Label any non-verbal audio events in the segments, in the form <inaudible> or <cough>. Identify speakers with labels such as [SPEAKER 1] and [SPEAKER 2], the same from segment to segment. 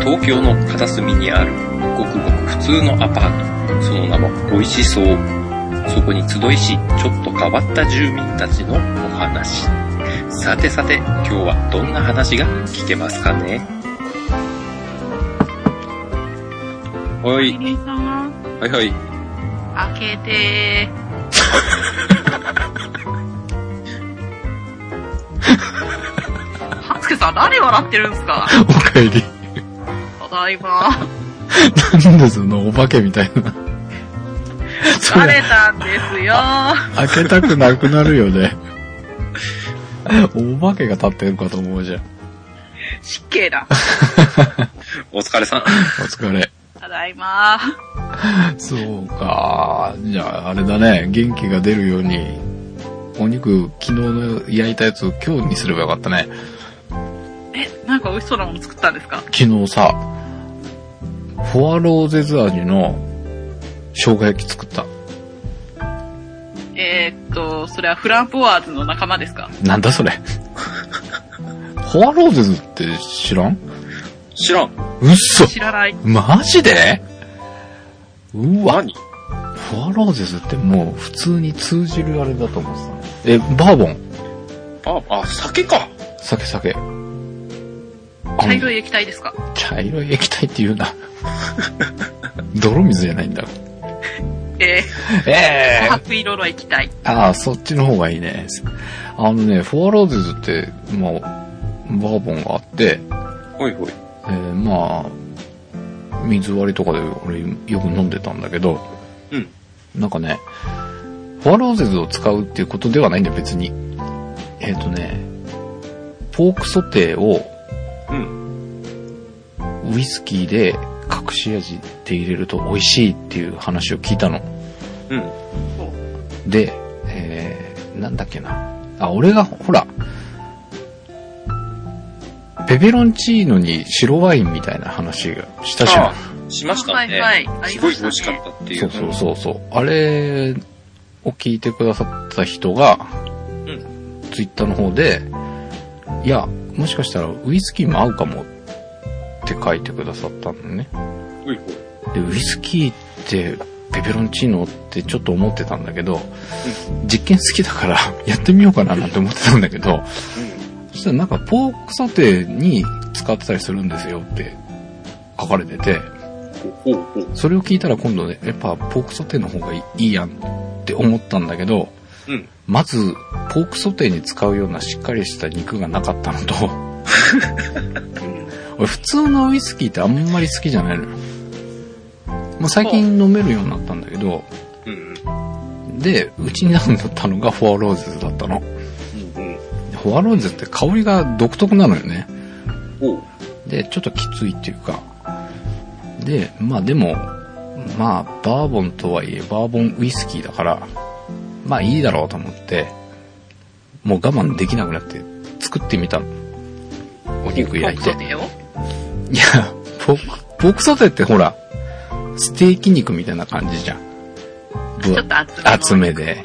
[SPEAKER 1] 東京の片隅にあるごくごく普通のアパートその名も美味しそうそこに集いしちょっと変わった住民たちのお話さてさて今日はどんな話が聞けますかねは
[SPEAKER 2] キ
[SPEAKER 1] い
[SPEAKER 2] リンさん、
[SPEAKER 1] はいはい
[SPEAKER 2] 開けてー。ハツケさん、何笑ってるんですか
[SPEAKER 3] おかえり。
[SPEAKER 2] ただいま。
[SPEAKER 3] なんでそのお化けみたいな。そ
[SPEAKER 2] 慣
[SPEAKER 3] れ
[SPEAKER 2] れたんですよ。
[SPEAKER 3] 開けたくなくなるよね。お化けが立ってるかと思うじゃん。
[SPEAKER 2] 失敬だ。
[SPEAKER 1] お疲れさん
[SPEAKER 3] お疲れ。
[SPEAKER 2] ただいま。
[SPEAKER 3] そうか。じゃあ、あれだね。元気が出るように、お肉、昨日の焼いたやつを今日にすればよかったね。
[SPEAKER 2] え、なんか美味しそうなもの作ったんですか
[SPEAKER 3] 昨日さ、フォアローゼズ味の生姜焼き作った。
[SPEAKER 2] えー、っと、それはフランポワーズの仲間ですか
[SPEAKER 3] なんだそれ。フォアローゼズって知らん
[SPEAKER 1] 知らん
[SPEAKER 3] 嘘
[SPEAKER 2] 知らない。
[SPEAKER 3] マジでうわ、
[SPEAKER 1] 何
[SPEAKER 3] フォアローゼズってもう普通に通じるあれだと思ってたの。え、バーボン
[SPEAKER 1] ああ酒か
[SPEAKER 3] 酒酒。あの
[SPEAKER 2] 茶色い液体ですか
[SPEAKER 3] 茶色い液体って言うな。 <laughs> 泥水じゃないんだ。
[SPEAKER 2] え
[SPEAKER 3] え
[SPEAKER 2] ー、
[SPEAKER 3] え
[SPEAKER 2] 白色の液体。
[SPEAKER 3] ああ、そっちの方がいいね。あのね、フォアローゼズって、まあ、バーボンがあって、
[SPEAKER 1] ほいほい
[SPEAKER 3] えーまあ、水割りとかで俺よく飲んでたんだけど、
[SPEAKER 1] うん
[SPEAKER 3] なんかね、フォアローゼズを使うっていうことではないんだよ、別に。えっ、とね、ポークソテーを
[SPEAKER 1] うん
[SPEAKER 3] ウイスキーで隠し味で入れると美味しいっていう話を聞いたの。
[SPEAKER 1] うん
[SPEAKER 3] で、えー、なんだっけな。あ、俺が、ほら、ペペロンチーノに白ワインみたいな話がしたじゃん。
[SPEAKER 1] あしましたね。
[SPEAKER 2] はいはいあり
[SPEAKER 1] す
[SPEAKER 2] ま
[SPEAKER 1] ごい
[SPEAKER 2] したね
[SPEAKER 1] 美味しかったっていう。
[SPEAKER 3] そうそうそうそう。あれを聞いてくださった人が、ツイッターの方で、いや、もしかしたらウイスキーも合うかもって書いてくださったのね。
[SPEAKER 1] ほいほい
[SPEAKER 3] で、ウイスキーってペペロンチーノってちょっと思ってたんだけど、実験好きだから <laughs> やってみようかななんて思ってたんだけど、そしたらなんかポークソテーに使ってたりするんですよって書かれてて、
[SPEAKER 1] うん。ほうほうほう。
[SPEAKER 3] それを聞いたら今度ね、やっぱポークソテーの方がいいやんって思ったんだけど、
[SPEAKER 1] うん
[SPEAKER 3] まず、ポークソテーに使うようなしっかりした肉がなかったのと、 <laughs> 俺普通のウイスキーってあんまり好きじゃないのよ。まあ、最近飲めるようになったんだけど、
[SPEAKER 1] うん
[SPEAKER 3] で、うちになったのがフォアローゼズだったの。
[SPEAKER 1] うん。うん
[SPEAKER 3] フォアローゼズって香りが独特なのよね。
[SPEAKER 1] うん。ほ
[SPEAKER 3] で、ちょっときついっていうか。で、まあでも、まあ、バーボンとはいえ、バーボンウイスキーだから、まあいいだろうと思って、もう我慢できなくなって、作ってみたの。お肉焼いて
[SPEAKER 2] ポーク。ソテーを
[SPEAKER 3] いや、ポーク、ポークソテーってほら、ステーキ肉みたいな感じじゃん。
[SPEAKER 2] ちょっと厚めの。
[SPEAKER 3] 厚めで。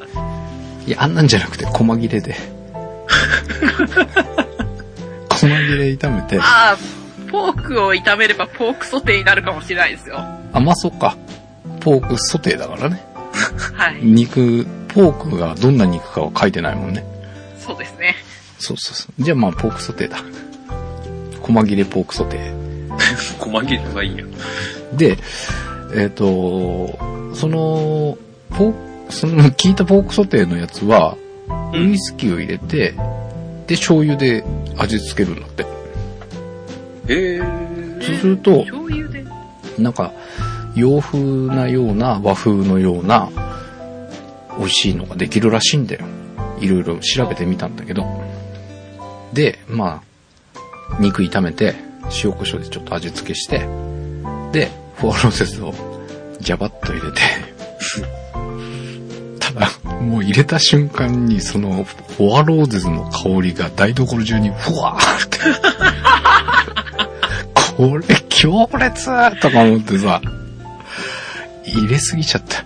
[SPEAKER 3] いや、あんなんじゃなくて、細切 <laughs> れで。細切れ炒めて。
[SPEAKER 2] ああ、ポークを炒めればポークソテーになるかもしれないですよ。は
[SPEAKER 3] あ、まあそっか。ポークソテーだからね。
[SPEAKER 2] い。
[SPEAKER 3] 肉、ポークがどんな肉かは書いてないもんね。
[SPEAKER 2] そうですね。
[SPEAKER 3] そうそうそう。じゃあまあ、ポークソテーだ。細切れポークソテー。
[SPEAKER 1] う。細切れがいいや。
[SPEAKER 3] で、えっ、と、その、ポーク、その、聞いたポークソテーのやつ
[SPEAKER 1] う
[SPEAKER 3] は、
[SPEAKER 1] ん
[SPEAKER 3] ウイスキーを入れて、で、醤油で味付けるんだって。
[SPEAKER 1] へえ。
[SPEAKER 3] そうすると、
[SPEAKER 2] 醤油で。
[SPEAKER 3] なんか、洋風なような和風のような、美味しいのができるらしいんだよ。いろいろ調べてみたんだけど。で、まあ、肉炒めて、塩コショウでちょっと味付けして、で、フォアローゼスを、ジャバッと入れて、 <laughs> ただ、もう入れた瞬間に、その、フォアローゼスの香りが台所中に、ふわーって。 <laughs> これ、強烈とか思ってさ、入れすぎちゃった。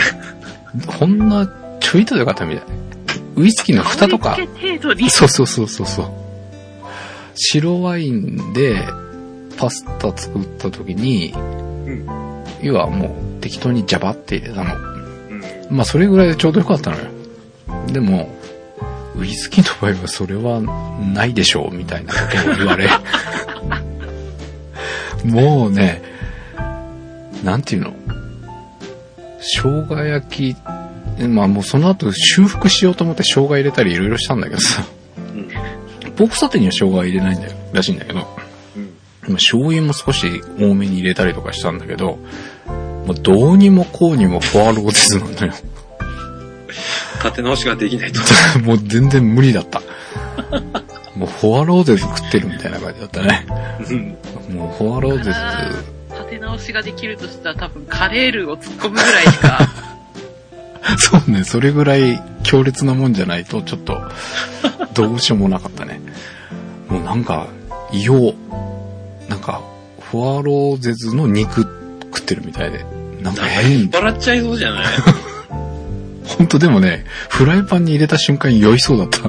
[SPEAKER 3] <laughs> ほんのちょいとでよかったみたい。ウイスキーの蓋とか
[SPEAKER 2] 香。り付け程度に。
[SPEAKER 3] そうそうそうそうそう。白ワインで、パスタ作った時に、
[SPEAKER 1] うん。
[SPEAKER 3] 要はもう適当にジャバって入れたの。
[SPEAKER 1] うん。
[SPEAKER 3] まあそれぐらいでちょうどよかったのよ。でも、ウイスキーの場合はそれはないでしょうみたいなことを言
[SPEAKER 1] <laughs>
[SPEAKER 3] われ。もうね、なんていうの生姜焼き、まあもうその後修復しようと思って生姜入れたりいろいろしたんだけどさ。
[SPEAKER 1] うん。
[SPEAKER 3] ポークソテーには生姜は入れないんだよ、らしいんだけど。
[SPEAKER 1] うん。
[SPEAKER 3] まあ醤油も少し多めに入れたりとかしたんだけど、もうどうにもこうにもフォアローテスなのよ。 <laughs>
[SPEAKER 1] 立て直しができないと。
[SPEAKER 3] もう全然無理だった。もうフォアローゼズ食ってるみたいな感じだったね。
[SPEAKER 1] うん。
[SPEAKER 3] もうフォアローゼ
[SPEAKER 2] あ
[SPEAKER 3] ズ、
[SPEAKER 2] ー立て直しができるとしたら多分カレールーを突っ込むぐらいし
[SPEAKER 3] <laughs>
[SPEAKER 2] か。
[SPEAKER 3] そうね、それぐらい強烈なもんじゃないとちょっと、どうしようもなかったね。もうなんか、異様。なんか、フォアローゼズの肉食ってるみたいで。なんか変。
[SPEAKER 1] 笑っちゃいそうじゃない
[SPEAKER 3] ほんとでもね、フライパンに入れた瞬間酔いそうだった。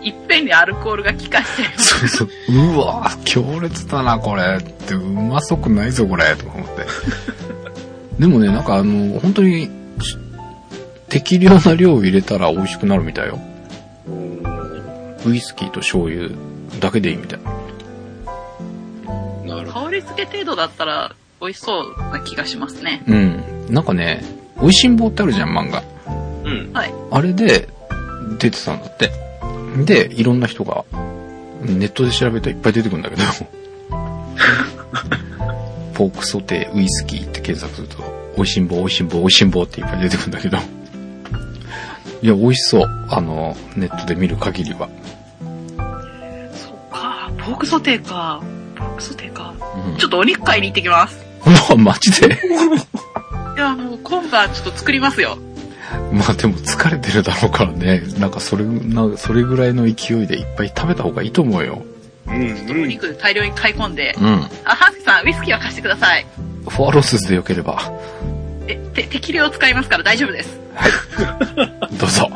[SPEAKER 2] いっぺんにアルコールが気化しちゃいます。
[SPEAKER 3] そうそう。うわ強烈だな、これ。って、うまそくないぞ、これ。とか思って。 <laughs> でもね、なんかあの、本当に、し適量な量を入れたら美味しくなるみたいよ。
[SPEAKER 1] うん
[SPEAKER 3] ウイスキーと醤油だけでいいみたい。
[SPEAKER 1] <laughs> なるほ
[SPEAKER 2] 香り付け程度だったら美味しそうな気がしますね。
[SPEAKER 3] うん。なんかね、美味しん棒ってあるじゃん、漫画。
[SPEAKER 1] ど。うん。
[SPEAKER 2] はい。
[SPEAKER 3] あれで出てたんだって。で、いろんな人が、ネットで調べたらいっぱい出てくる
[SPEAKER 2] <laughs>
[SPEAKER 3] んだけど、ポークソテー、ウイスキーって検索すると、美味しんぼ、美味しんぼ、美味しんぼっていっぱい出てくるんだけど、いや、美味しそう。あの、ネットで見る限りは。
[SPEAKER 2] そっか、ポークソテーか。ポークソテーか。
[SPEAKER 3] うん
[SPEAKER 2] ちょっとお肉買いに行ってきます。
[SPEAKER 3] <laughs> まあ、マジで
[SPEAKER 2] ではもう今晩ちょっと作りますよ。
[SPEAKER 3] まあ、でも疲れてるだろうからね、なんかそれ、なそれぐらいの勢いでいっぱい食べた方がいいと思うよ。
[SPEAKER 1] うん。
[SPEAKER 2] お
[SPEAKER 1] うん。
[SPEAKER 2] 肉大量に買い込んで。
[SPEAKER 3] うん。
[SPEAKER 2] あ、ハンセさん、ウイスキーは貸してください。
[SPEAKER 3] フォアロースでよければ、
[SPEAKER 2] え、て、適量使いますから大丈夫です。<laughs>
[SPEAKER 3] どう
[SPEAKER 2] じ
[SPEAKER 3] ぞ。
[SPEAKER 2] ゃあ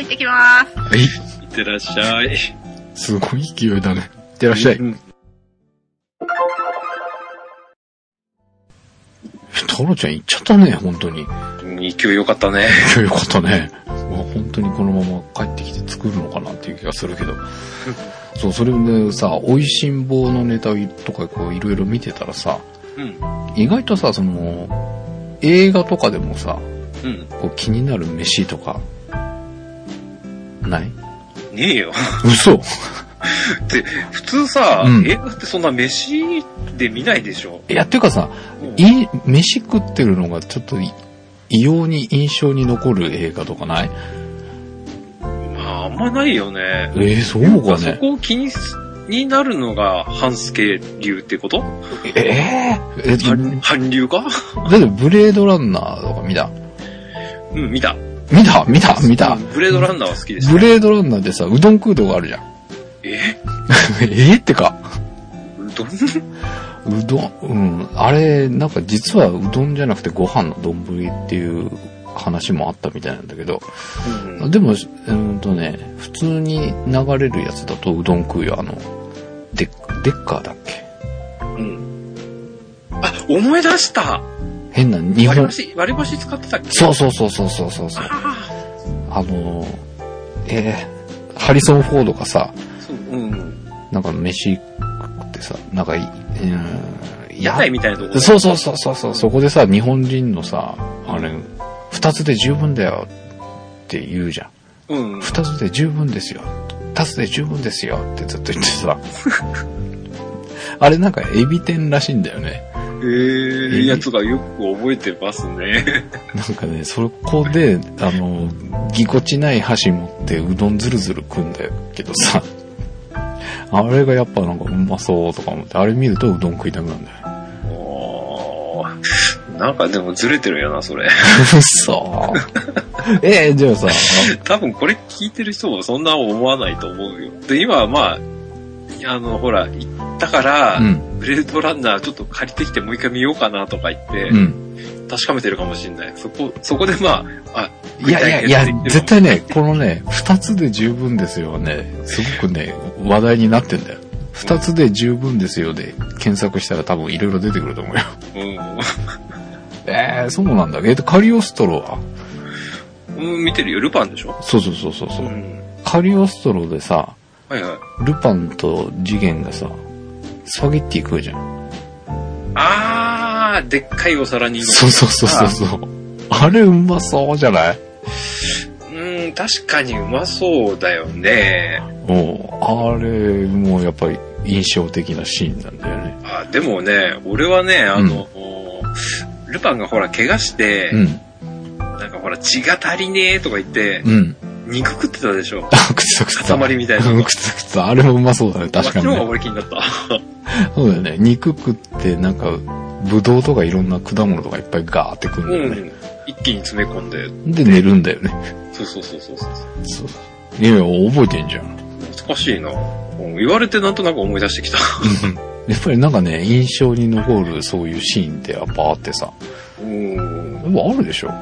[SPEAKER 2] 行ってきます。
[SPEAKER 3] はい。
[SPEAKER 1] いってらっしゃい。いっ
[SPEAKER 3] すごい勢いだね。いってらっしゃい。太郎ちゃん行っちゃったね、本当に。
[SPEAKER 1] 勢い良かったね。
[SPEAKER 3] 今日よかったね。まあ、本当にこのまま帰ってきて作るのかなっていう気がするけど。そう、それでさ、美味しん坊のネタとかこういろいろ見てたらさ、
[SPEAKER 1] うん。
[SPEAKER 3] 意外とさ、その、映画とかでもさ、
[SPEAKER 1] うん。
[SPEAKER 3] こう気になる飯とか、ない
[SPEAKER 1] ねえよ。
[SPEAKER 3] 嘘
[SPEAKER 1] 普通さ、
[SPEAKER 3] うん
[SPEAKER 1] 映画ってそんな飯で見ないでしょ。
[SPEAKER 3] いや、っていうかさ、
[SPEAKER 1] うん
[SPEAKER 3] いい、飯食ってるのがちょっとい異様に印象に残る映画とかない
[SPEAKER 1] まあ、あんまないよね。
[SPEAKER 3] えー、そうか
[SPEAKER 1] そ
[SPEAKER 3] ね。
[SPEAKER 1] こを気にす、になるのが、半助流ってこと
[SPEAKER 3] えー、え
[SPEAKER 1] 韓韓流か
[SPEAKER 3] だってブレードランナーとか見た
[SPEAKER 1] うん、見た。
[SPEAKER 3] 見た見た見た
[SPEAKER 1] うんブレードランナーは好きでした
[SPEAKER 3] ブ。レードランナーでさ、うどん食うとこあるじゃん。 <laughs>
[SPEAKER 1] え
[SPEAKER 3] ええってか。
[SPEAKER 1] うどん
[SPEAKER 3] うどん、うん。あれ、なんか実はうどんじゃなくてご飯の丼っていう話もあったみたいなんだけど。
[SPEAKER 1] うん
[SPEAKER 3] でも、うんとね、普通に流れるやつだとうどん食うよ。あの、デッ、デッカーだっけ
[SPEAKER 1] うん。あ、思い出した
[SPEAKER 3] 変な日
[SPEAKER 1] 割り
[SPEAKER 3] 本。
[SPEAKER 1] 箸、割り箸使ってたっけ
[SPEAKER 3] そうそうそうそうそうそうそう。
[SPEAKER 1] あ
[SPEAKER 3] あの、えー、ハリソン・フォードがさ、
[SPEAKER 1] あ、そう、うん。
[SPEAKER 3] なんか飯食ってさ、なんかい、うん、
[SPEAKER 1] 屋台みたいなとこ
[SPEAKER 3] そうそうそうそうそう、そこでさ、日本人のさ、あれ、二つで十分だよって言うじゃん。
[SPEAKER 1] う。うん。
[SPEAKER 3] 二つで十分ですよ。二つで十分ですよってずっと言って
[SPEAKER 1] <laughs>
[SPEAKER 3] さ。あれなんかエビ天らしいんだよね。
[SPEAKER 1] ええやつがよく覚えてますね。 <laughs>
[SPEAKER 3] なんかね、そこで、あの、ぎこちない箸持ってうどんずるずる食うんだけどさ。あれがやっぱなんかうまそうとか思って、あれ見るとうどん食いたくなるんだよ。
[SPEAKER 1] おーなんかでもずれてるよな、それ。
[SPEAKER 3] 嘘。ええじゃあさ、
[SPEAKER 1] 多分これ聞いてる人もそんな思わないと思うよ。で、今はまあ、あの、ほら、行ったから、
[SPEAKER 3] うん、
[SPEAKER 1] ブレードランナーちょっと借りてきてもう一回見ようかなとか言って
[SPEAKER 3] う、ん。
[SPEAKER 1] 確かめてるかもしれない。そこ、そこでまあ、あ、
[SPEAKER 3] いやいやい
[SPEAKER 1] 食いた
[SPEAKER 3] や、
[SPEAKER 1] けど
[SPEAKER 3] 絶対ね、このね、二つで十分ですよね、すごくね、話題になってんだよ。二つで十分ですよで検索したら多分いろいろ出てくると思うよ。えー、そうなんだ。えっと、カリオストロは
[SPEAKER 1] うん。うん、見てるよ。ルパンでしょ
[SPEAKER 3] そうそうそうそうそう、
[SPEAKER 1] ん。
[SPEAKER 3] カリオストロでさ、
[SPEAKER 1] はいはい。
[SPEAKER 3] ルパンと次元がさ、スパゲッティ食うじゃん。
[SPEAKER 1] あー、でっかいお皿に。
[SPEAKER 3] そうそうそうそうそう。あれうまそうじゃない
[SPEAKER 1] うん、確かにうまそうだよね。
[SPEAKER 3] もう、あれもやっぱり印象的なシーンなんだよね。
[SPEAKER 1] あでもね、俺はね、あの、おルパンがほら、怪我して、
[SPEAKER 3] うん。
[SPEAKER 1] なんかほら、血が足りねえとか言って、
[SPEAKER 3] うん。
[SPEAKER 1] 肉食ってたでしょ。
[SPEAKER 3] あ、くつくつ。
[SPEAKER 1] 塊みたいな
[SPEAKER 3] う
[SPEAKER 1] の
[SPEAKER 3] ん、
[SPEAKER 1] が
[SPEAKER 3] く。つくつ。あれもうまそうだね。確かに、
[SPEAKER 1] あっちの方が
[SPEAKER 3] ね。
[SPEAKER 1] 俺気になった。
[SPEAKER 3] そうだよね。肉食って、なんか、ぶどうとかいろんな果物とかいっぱいガーってくるんだ
[SPEAKER 1] う
[SPEAKER 3] よね。
[SPEAKER 1] ん。一気に詰め込んで、
[SPEAKER 3] で、寝るんだよね。
[SPEAKER 1] そうそうそうそうそう。
[SPEAKER 3] そう。いやいや、覚えてんじゃん。
[SPEAKER 1] 懐かしいな。うん言われてなんとなく思い出してきた。
[SPEAKER 3] やっぱりなんかね、印象に残るそういうシーンってやっぱあってさ、
[SPEAKER 1] うん。
[SPEAKER 3] やっぱあるでしょ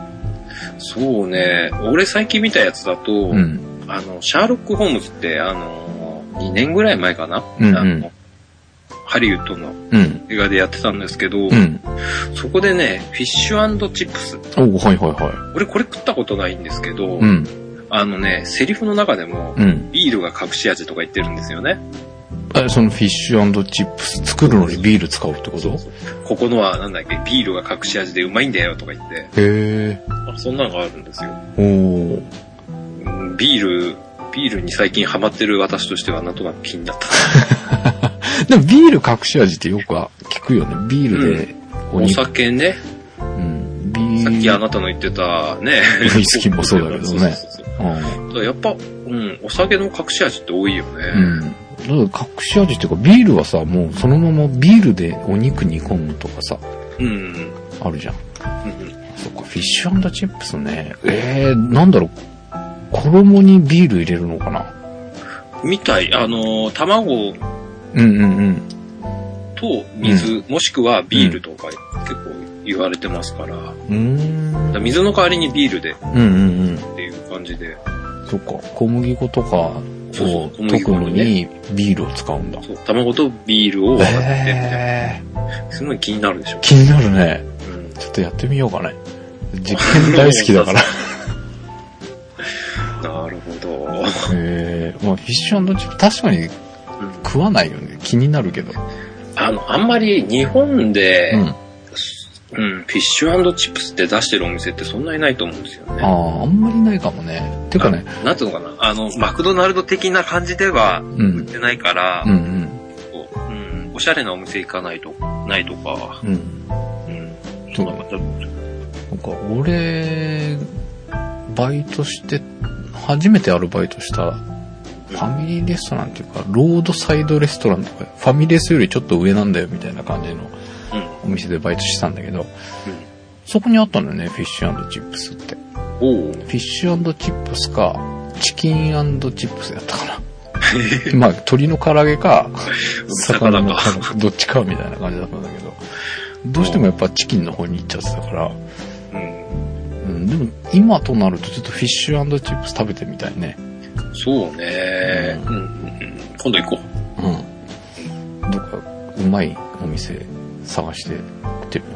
[SPEAKER 1] そうね。俺最近見たやつだと、
[SPEAKER 3] うん。
[SPEAKER 1] あの、シャーロック・ホームズって、あの、2年ぐらい前かな、
[SPEAKER 3] うんうん
[SPEAKER 1] あのハリウッドの
[SPEAKER 3] うん。
[SPEAKER 1] 映画でやってたんですけど、
[SPEAKER 3] うん。
[SPEAKER 1] そこでね、フィッシュチップス。
[SPEAKER 3] おはいはいは
[SPEAKER 1] 俺これ食ったことないんですけど、
[SPEAKER 3] い。うん。
[SPEAKER 1] あのね、セリフの中でも、
[SPEAKER 3] うん。
[SPEAKER 1] ビールが隠し味とか言ってるんですよね。
[SPEAKER 3] え、そのフィッシュチップス作るのにビール使うってこと
[SPEAKER 1] ここのは、なんだっけ、ビールが隠し味でうまいんだよとか言って、
[SPEAKER 3] へえ。
[SPEAKER 1] あそんなのがあるんですよ。
[SPEAKER 3] おー。
[SPEAKER 1] うんビール、ビールに最近ハマってる私としてはなんとなく気になった。
[SPEAKER 3] でもビール隠し味ってよく聞くよね。ビールでお
[SPEAKER 1] お
[SPEAKER 3] 肉、
[SPEAKER 1] 酒ね、
[SPEAKER 3] うん。ビ
[SPEAKER 1] さっ
[SPEAKER 3] ー
[SPEAKER 1] きあ
[SPEAKER 3] ル。
[SPEAKER 1] なたの言ってたね。
[SPEAKER 3] ウイスキーもそうだけど
[SPEAKER 1] そう
[SPEAKER 3] ね
[SPEAKER 1] そうそう
[SPEAKER 3] うん。
[SPEAKER 1] ただやっぱ、うん、お酒の隠し味って多いよね。
[SPEAKER 3] うん。だから隠し味っていうか、ビールはさ、もうそのままビールでお肉煮込むとかさ、
[SPEAKER 1] うん。うん。
[SPEAKER 3] あるじゃん。
[SPEAKER 1] うん
[SPEAKER 3] そっか、フィッシュチップスね。えー、なんだろう。衣にビール入れるのかな
[SPEAKER 1] みたい、あのー、卵
[SPEAKER 3] うんうんうん。
[SPEAKER 1] と水、もしくはビールとか結構言われてますから、だか
[SPEAKER 3] うーん。
[SPEAKER 1] ら水の代わりにビールで
[SPEAKER 3] うんうんうん。
[SPEAKER 1] っていう感じで、
[SPEAKER 3] そっか、小麦粉とかを
[SPEAKER 1] そうそう小
[SPEAKER 3] 溶
[SPEAKER 1] 麦
[SPEAKER 3] く
[SPEAKER 1] 粉
[SPEAKER 3] の
[SPEAKER 1] にね
[SPEAKER 3] にビールを使うんだ。
[SPEAKER 1] そう卵とビールを割ってみたい
[SPEAKER 3] えー、
[SPEAKER 1] な、すごい気になるでしょ。
[SPEAKER 3] 気になるね。
[SPEAKER 1] うん
[SPEAKER 3] ちょっとやってみようかね。実験大好き
[SPEAKER 1] <laughs>
[SPEAKER 3] だから。
[SPEAKER 1] なるほど。
[SPEAKER 3] えー、まあフィッシュチップス確かに
[SPEAKER 1] うん
[SPEAKER 3] 食わないよね。気になるけど。
[SPEAKER 1] あの、あんまり日本で、
[SPEAKER 3] う
[SPEAKER 1] う
[SPEAKER 3] ん。
[SPEAKER 1] ん、フィッシュチップスって出してるお店ってそんなにないと思うんですよね。
[SPEAKER 3] ああ、あんまりないかもね。てかね、
[SPEAKER 1] あ。なんていうのかな。あの、マクドナルド的な感じでは
[SPEAKER 3] うん。うん
[SPEAKER 1] 売ってないから、
[SPEAKER 3] うん。
[SPEAKER 1] こううん、おしゃれなお店行かないと、ないとか、
[SPEAKER 3] うん。
[SPEAKER 1] うん。
[SPEAKER 3] そう
[SPEAKER 1] なんかちょっ
[SPEAKER 3] なんか俺、バイトして、初めてアルバイトした、ファミリーレストランっていうか、ロードサイドレストランとか、ファミレスよりちょっと上なんだよみたいな感じの
[SPEAKER 1] とうん。
[SPEAKER 3] お店でバイトしてたんだけど、そこにあったんだよね、フィッシュチップスって。フ
[SPEAKER 1] おう。
[SPEAKER 3] ィッシュチップスか、チキンチップスやったかな。まあ、鶏の唐揚げか、魚
[SPEAKER 1] 魚
[SPEAKER 3] の
[SPEAKER 1] か
[SPEAKER 3] 唐揚げどっちかみたいな感じだったんだけど、どうしてもやっぱチキンの方に行っちゃってたから、
[SPEAKER 1] うん。
[SPEAKER 3] うん、でも今となるとちょっとフィッシュチップス食べてみたいね。
[SPEAKER 1] そうね。
[SPEAKER 3] う
[SPEAKER 1] うん。うん今度行こう。
[SPEAKER 3] うん。どっかうまいお店探して行ってみよ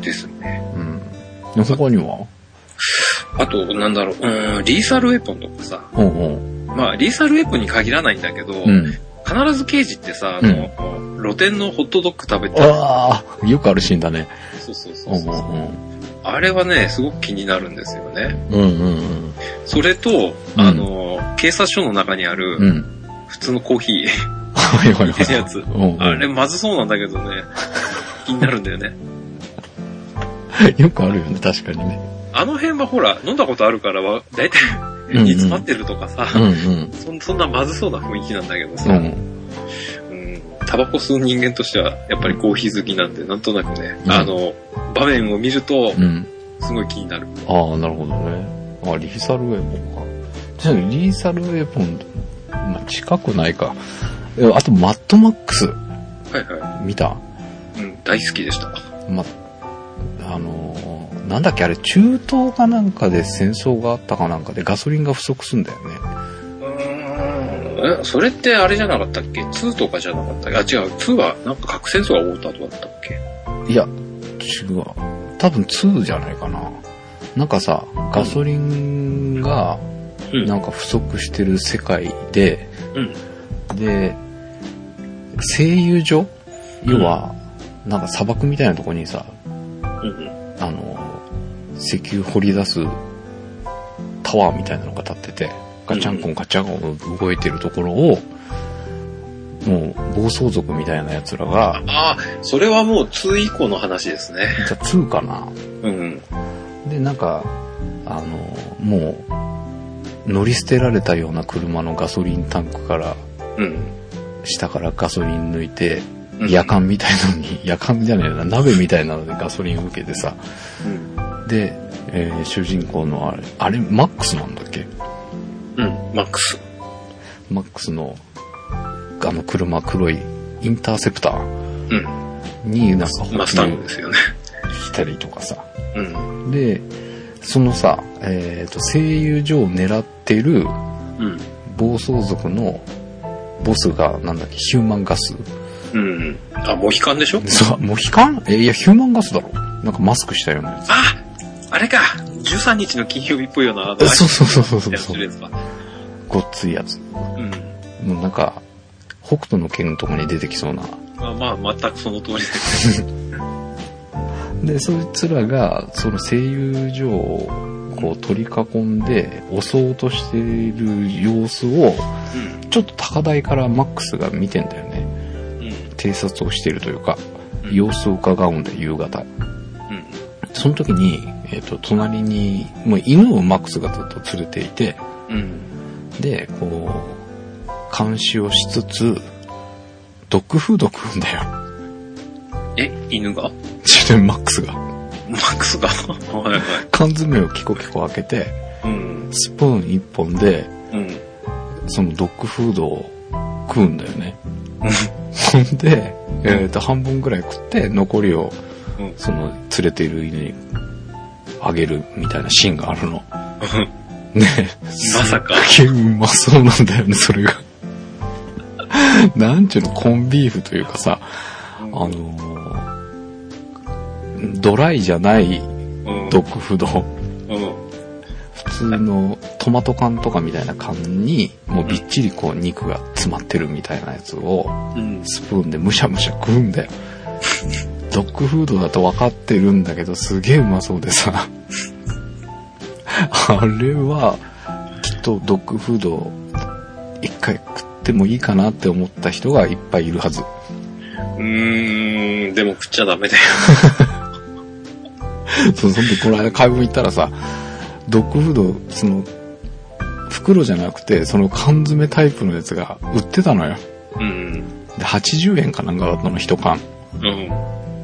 [SPEAKER 3] う
[SPEAKER 1] ですね。
[SPEAKER 3] か。うん。で他には
[SPEAKER 1] あと、なんだろう、うん、リーサルウェポンとかさ。
[SPEAKER 3] うんうん。
[SPEAKER 1] まあ、リーサルウェポンに限らないんだけど、
[SPEAKER 3] うん。
[SPEAKER 1] 必ず刑事ってさ、あの、露店のホットドッグ食べて、
[SPEAKER 3] ああ、よくあるシーンだね。
[SPEAKER 1] そうそうそううん
[SPEAKER 3] う
[SPEAKER 1] そう、
[SPEAKER 3] ん
[SPEAKER 1] あれはね、すごく気になるんですよね。
[SPEAKER 3] うん。うんうん
[SPEAKER 1] それと、
[SPEAKER 3] うん
[SPEAKER 1] あの、警察署の中にあ
[SPEAKER 3] うん。う
[SPEAKER 1] る、
[SPEAKER 3] ん。 <laughs>
[SPEAKER 1] 普通のコーヒー、
[SPEAKER 3] はいはいは
[SPEAKER 1] <laughs>
[SPEAKER 3] い。
[SPEAKER 1] やつ。
[SPEAKER 3] うんうん
[SPEAKER 1] あれ、まずそうなんだけどね、気になるんだよね。
[SPEAKER 3] <laughs> よくあるよね、確かにね。
[SPEAKER 1] あの辺はほら、飲んだことあるからは、だいた
[SPEAKER 3] うんう
[SPEAKER 1] い
[SPEAKER 3] ん
[SPEAKER 1] 煮詰まってるとかさ、
[SPEAKER 3] うんうん。
[SPEAKER 1] そんそんなまずそうな雰囲気なんだけど
[SPEAKER 3] う
[SPEAKER 1] さ、うん
[SPEAKER 3] ん。
[SPEAKER 1] タバコ吸う人間としては、やっぱりコーヒー好きなんで、なんとなくね、
[SPEAKER 3] うん
[SPEAKER 1] あの、場面を見ると
[SPEAKER 3] う、ん。
[SPEAKER 1] すごい気になる。
[SPEAKER 3] ああ、なるほどね。あ、リーサルウェポンか。確かにリーサルウェポン、まあ、近くないか。えあと、マッドマックス、
[SPEAKER 1] はいは
[SPEAKER 3] 見た
[SPEAKER 1] い。うん、大好きでした。
[SPEAKER 3] ま、あのーなんだっけあれ、中東かなんかで戦争があったかなんかでガソリンが不足すんだよね。
[SPEAKER 1] うーえ、それってあれじゃなかったっけ ?2 とかじゃなかったっけあ、違う。2はなんか核戦争が終わった後だったっけ
[SPEAKER 3] いや、違う。多分2じゃないかな。なんかさ、ガソリンが、
[SPEAKER 1] うん
[SPEAKER 3] なんか不足してる世界で、で、製油所要は、なんか砂漠みたいなとこにさ、
[SPEAKER 1] うん。
[SPEAKER 3] あの、石油掘り出すタワーみたいなのが立ってて、ガチャンコンガチャンコン動いてるところを、もう暴走族みたいな奴らが、
[SPEAKER 1] ああ、それはもう2以降の話ですね。
[SPEAKER 3] じゃあ2かな
[SPEAKER 1] うん。
[SPEAKER 3] で、なんか、あの、もう、乗り捨てられたような車のガソリンタンクから、
[SPEAKER 1] うん。
[SPEAKER 3] 下からガソリン抜いて、
[SPEAKER 1] うん
[SPEAKER 3] 夜。間みたいなのに、 <laughs> 夜間じゃないな、鍋みたいなのでガソリンを受けてさ、
[SPEAKER 1] うん。
[SPEAKER 3] で、えー主人公のあれ、あれ、マックスなんだっけ
[SPEAKER 1] うん。マックス。
[SPEAKER 3] マックスの、あの車、黒い、インターセプター
[SPEAKER 1] うん。
[SPEAKER 3] になんか補
[SPEAKER 1] マスタングですよね。
[SPEAKER 3] したりとかさ。
[SPEAKER 1] うん。
[SPEAKER 3] で、そのさ、えっ、と、声優所を狙ってる
[SPEAKER 1] うん。
[SPEAKER 3] 暴走族のボスが、なんだっけ、ヒューマンガス。
[SPEAKER 1] うん。あ、モヒカンでしょ
[SPEAKER 3] そう、モヒカンえ、いや、ヒューマンガスだろ。なんかマスクしたようなやつ。
[SPEAKER 1] ああれか !13 日の金曜日っぽいような、あの、
[SPEAKER 3] そうそうそうそうそう
[SPEAKER 1] やってるやつか。
[SPEAKER 3] ごっついやつ。
[SPEAKER 1] うん。
[SPEAKER 3] もうなんか、北斗の剣とかに出てきそうな。
[SPEAKER 1] まあまあ、全くその通りです。
[SPEAKER 3] で、そいつらが、その声優所を、こう取り囲んで、襲おうとしている様子を、
[SPEAKER 1] うん。
[SPEAKER 3] ちょっと高台からマックスが見てんだよね。
[SPEAKER 1] うん。
[SPEAKER 3] 偵察をしているというか、
[SPEAKER 1] うん
[SPEAKER 3] 様子を伺うんだよ、夕方。その時に、えっ、と、隣に、もう犬をマックスがずっと連れていて、
[SPEAKER 1] うん。うん。
[SPEAKER 3] で、こう、監視をしつつ、ドッグフード食うんだよ。
[SPEAKER 1] え、犬が
[SPEAKER 3] ちょっとマックスが。
[SPEAKER 1] マックスがはいはい。
[SPEAKER 3] 缶詰をキコキコ開けて、
[SPEAKER 1] うん。
[SPEAKER 3] スプーン一本で、
[SPEAKER 1] うん。
[SPEAKER 3] そのドッグフードを食うんだよね。ほんで、えっ、と、半分ぐらい食って、残りを
[SPEAKER 1] うん、
[SPEAKER 3] その、連れている犬にあげるみたいなシーンがあるの。ねま
[SPEAKER 1] まさか
[SPEAKER 3] すっげえうまそうなんだよね、それが。なんちゅうの、コンビーフというかさ、
[SPEAKER 1] あ
[SPEAKER 3] あのー、ドライじゃない
[SPEAKER 1] うん。
[SPEAKER 3] ドッグフード。
[SPEAKER 1] うん。
[SPEAKER 3] 普通のトマト缶とかみたいな缶に、もうびっちりこう肉が詰まってるみたいなやつを、
[SPEAKER 1] うん。
[SPEAKER 3] スプーンでむしゃむしゃ食うんだよ。ドッグフードだと分かってるんだけど、すげえうまそうでさ。あれは、きっとドッグフードを一回食ってもいいかなって思った人がいっぱいいるはず。
[SPEAKER 1] うーん。でも食っちゃダメだよ。
[SPEAKER 3] そう、そんでこの間買い物行ったらさ、ドッグフード、その、袋じゃなくて、その缶詰タイプのやつが売ってたのよ。
[SPEAKER 1] うん。
[SPEAKER 3] で、80円かなんかだったの、一缶。
[SPEAKER 1] うん。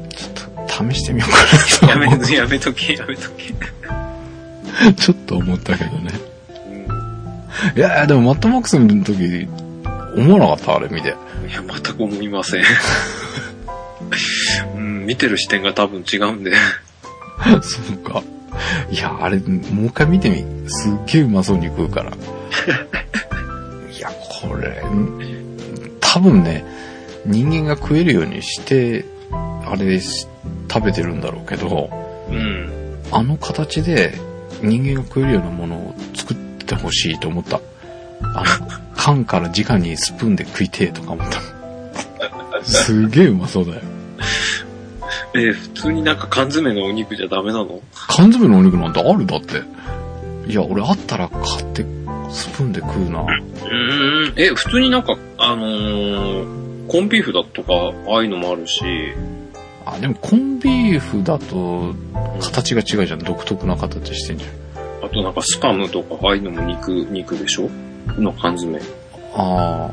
[SPEAKER 3] ちょっと、試してみようかな
[SPEAKER 1] や
[SPEAKER 3] と思っ
[SPEAKER 1] め、やめとけ、やめとけ。
[SPEAKER 3] て、ちょっと思ったけどね。
[SPEAKER 1] うん。
[SPEAKER 3] いやいやでもマットマックスの時、思わなかった、あれ見て。
[SPEAKER 1] いや、全く思いません。うん、見てる視点が多分違うんで。
[SPEAKER 3] そうか。いや、あれ、もう一回見てみ。すっげえうまそうに食うから。いや、これ、多分ね、人間が食えるようにして、あれし、食べてるんだろうけど、
[SPEAKER 1] うん。
[SPEAKER 3] あの形で人間が食えるようなものを作ってほしいと思った。あの、缶から直にスプーンで食いてえとか思った。すげえうまそうだよ。
[SPEAKER 1] えー普通になんか缶詰のお肉じゃダメなの
[SPEAKER 3] 缶詰のお肉なんてあるだって。いや、俺あったら買って、スプーンで食うな。
[SPEAKER 1] うん。え、普通になんか、あのー、コンビーフだとか、ああいうのもあるし、
[SPEAKER 3] あ、でもコンビーフだと、形が違うじゃん。独特な形してんじゃん。
[SPEAKER 1] あとなんかスパムとか、ああいうのも肉、肉でしょの缶詰。
[SPEAKER 3] あ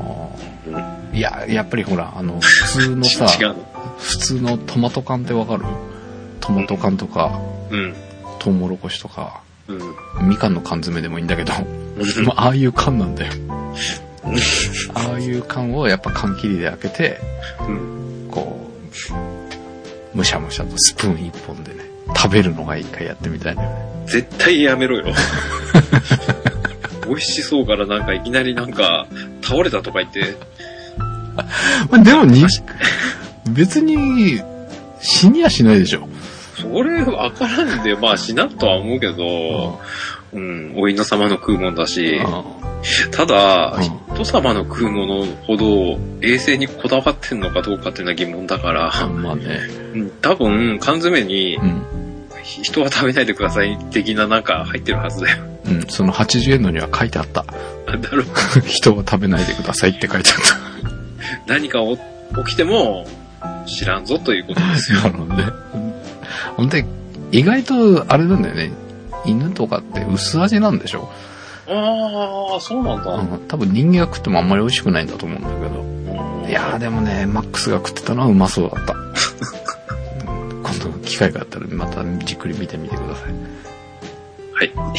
[SPEAKER 3] ー。いや、やっぱりほら、あの、普通の
[SPEAKER 1] ち
[SPEAKER 3] さ、
[SPEAKER 1] <laughs> 違うの。
[SPEAKER 3] 普通のトマト缶ってわかるトマト缶とか、
[SPEAKER 1] うん。
[SPEAKER 3] トウモロコシとか、
[SPEAKER 1] うん。
[SPEAKER 3] みかんの缶詰でもいいんだけど、 <laughs> まあ、ああいう缶なん <laughs> だよ。ああいう缶をやっぱ缶切りで開けて、
[SPEAKER 1] うん。
[SPEAKER 3] こう、むしゃむしゃとスプーン一本でね、食べるのが一回やってみたいんだよね。
[SPEAKER 1] 絶 <laughs> 対やめろよ。美味しそうからなんかいきなりなんか、倒れたとか言って、
[SPEAKER 3] まあでもに、別に、死にはしないでしょ。
[SPEAKER 1] それわからんで、まあ死なとは思うけど、うん、お稲様の食うもんだし、
[SPEAKER 3] あ
[SPEAKER 1] ただ、
[SPEAKER 3] うん
[SPEAKER 1] 人様の食うものほど衛生にこだわってんのかどうかっていうのは疑問だから、
[SPEAKER 3] あまあね。
[SPEAKER 1] うん多分缶詰に
[SPEAKER 3] うん。
[SPEAKER 1] 人は食べないでください的ななんか入ってるはずだよ。
[SPEAKER 3] うん。その80円のには書いてあった。 <laughs>
[SPEAKER 1] だろう
[SPEAKER 3] 人は食べないでくださいって書いてあっ
[SPEAKER 1] 何かお起きても知らんぞということですよ。
[SPEAKER 3] た。なので。ほんで、意外と、あれなんだよね。犬とかって薄味なんでしょ、
[SPEAKER 1] ああ、そうなん
[SPEAKER 3] う
[SPEAKER 1] だ。
[SPEAKER 3] ん、多分人間が食ってもあんまり美味しくないんだと思うんだけど。いやーでもね、マックスが食ってたのはうまそうだった。 <laughs> うん今度機会があったらまたじっくり見てみてください。
[SPEAKER 1] はい。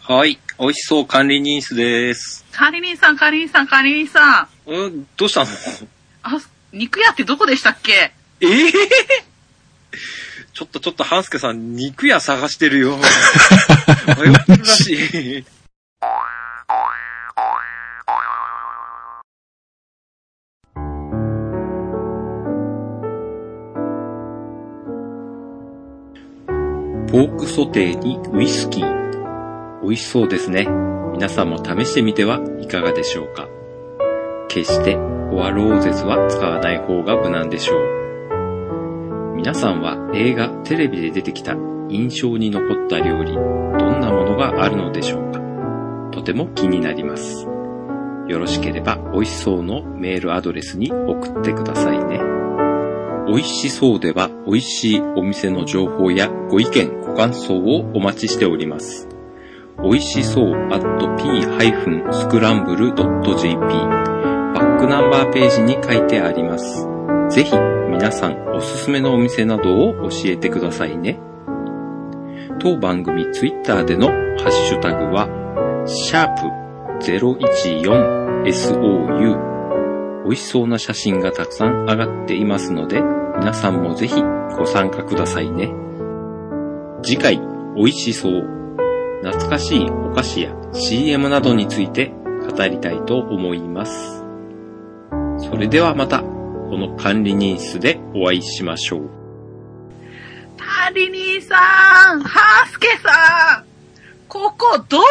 [SPEAKER 1] はい。美味しそう管理人室です。
[SPEAKER 2] 管理人さん、管理人さん、管理人さん。
[SPEAKER 1] うん、どうしたの
[SPEAKER 2] あ、肉屋ってどこでしたっけ
[SPEAKER 1] ええちょっとちょっと、半助さん、肉屋探してる <laughs> よ。迷ってるらしい。ポークソテーにウイスキー。美味しそうですね。皆さんも試してみてはいかがでしょうか。決して、オアローゼズは使わない方が無難でしょう。皆さんは映画、テレビで出てきた印象に残った料理、どんなものがあるのでしょうかとても気になります。よろしければ、美味しそうのメールアドレスに送ってくださいね。美味しそうでは、美味しいお店の情報やご意見、ご感想をお待ちしております。美味しそう at p-scramble.jp バックナンバーページに書いてあります。ぜひ皆さんおすすめのお店などを教えてくださいね。当番組ツイッターでのハッシュタグは、シャープ 014SOU 美味しそうな写真がたくさん上がっていますので、皆さんもぜひご参加くださいね。次回、美味しそう。懐かしいお菓子や CM などについて語りたいと思います。それではまた。この管理人室でお会いしましょう。
[SPEAKER 2] 管理人さん、ハースケさん。ここどこ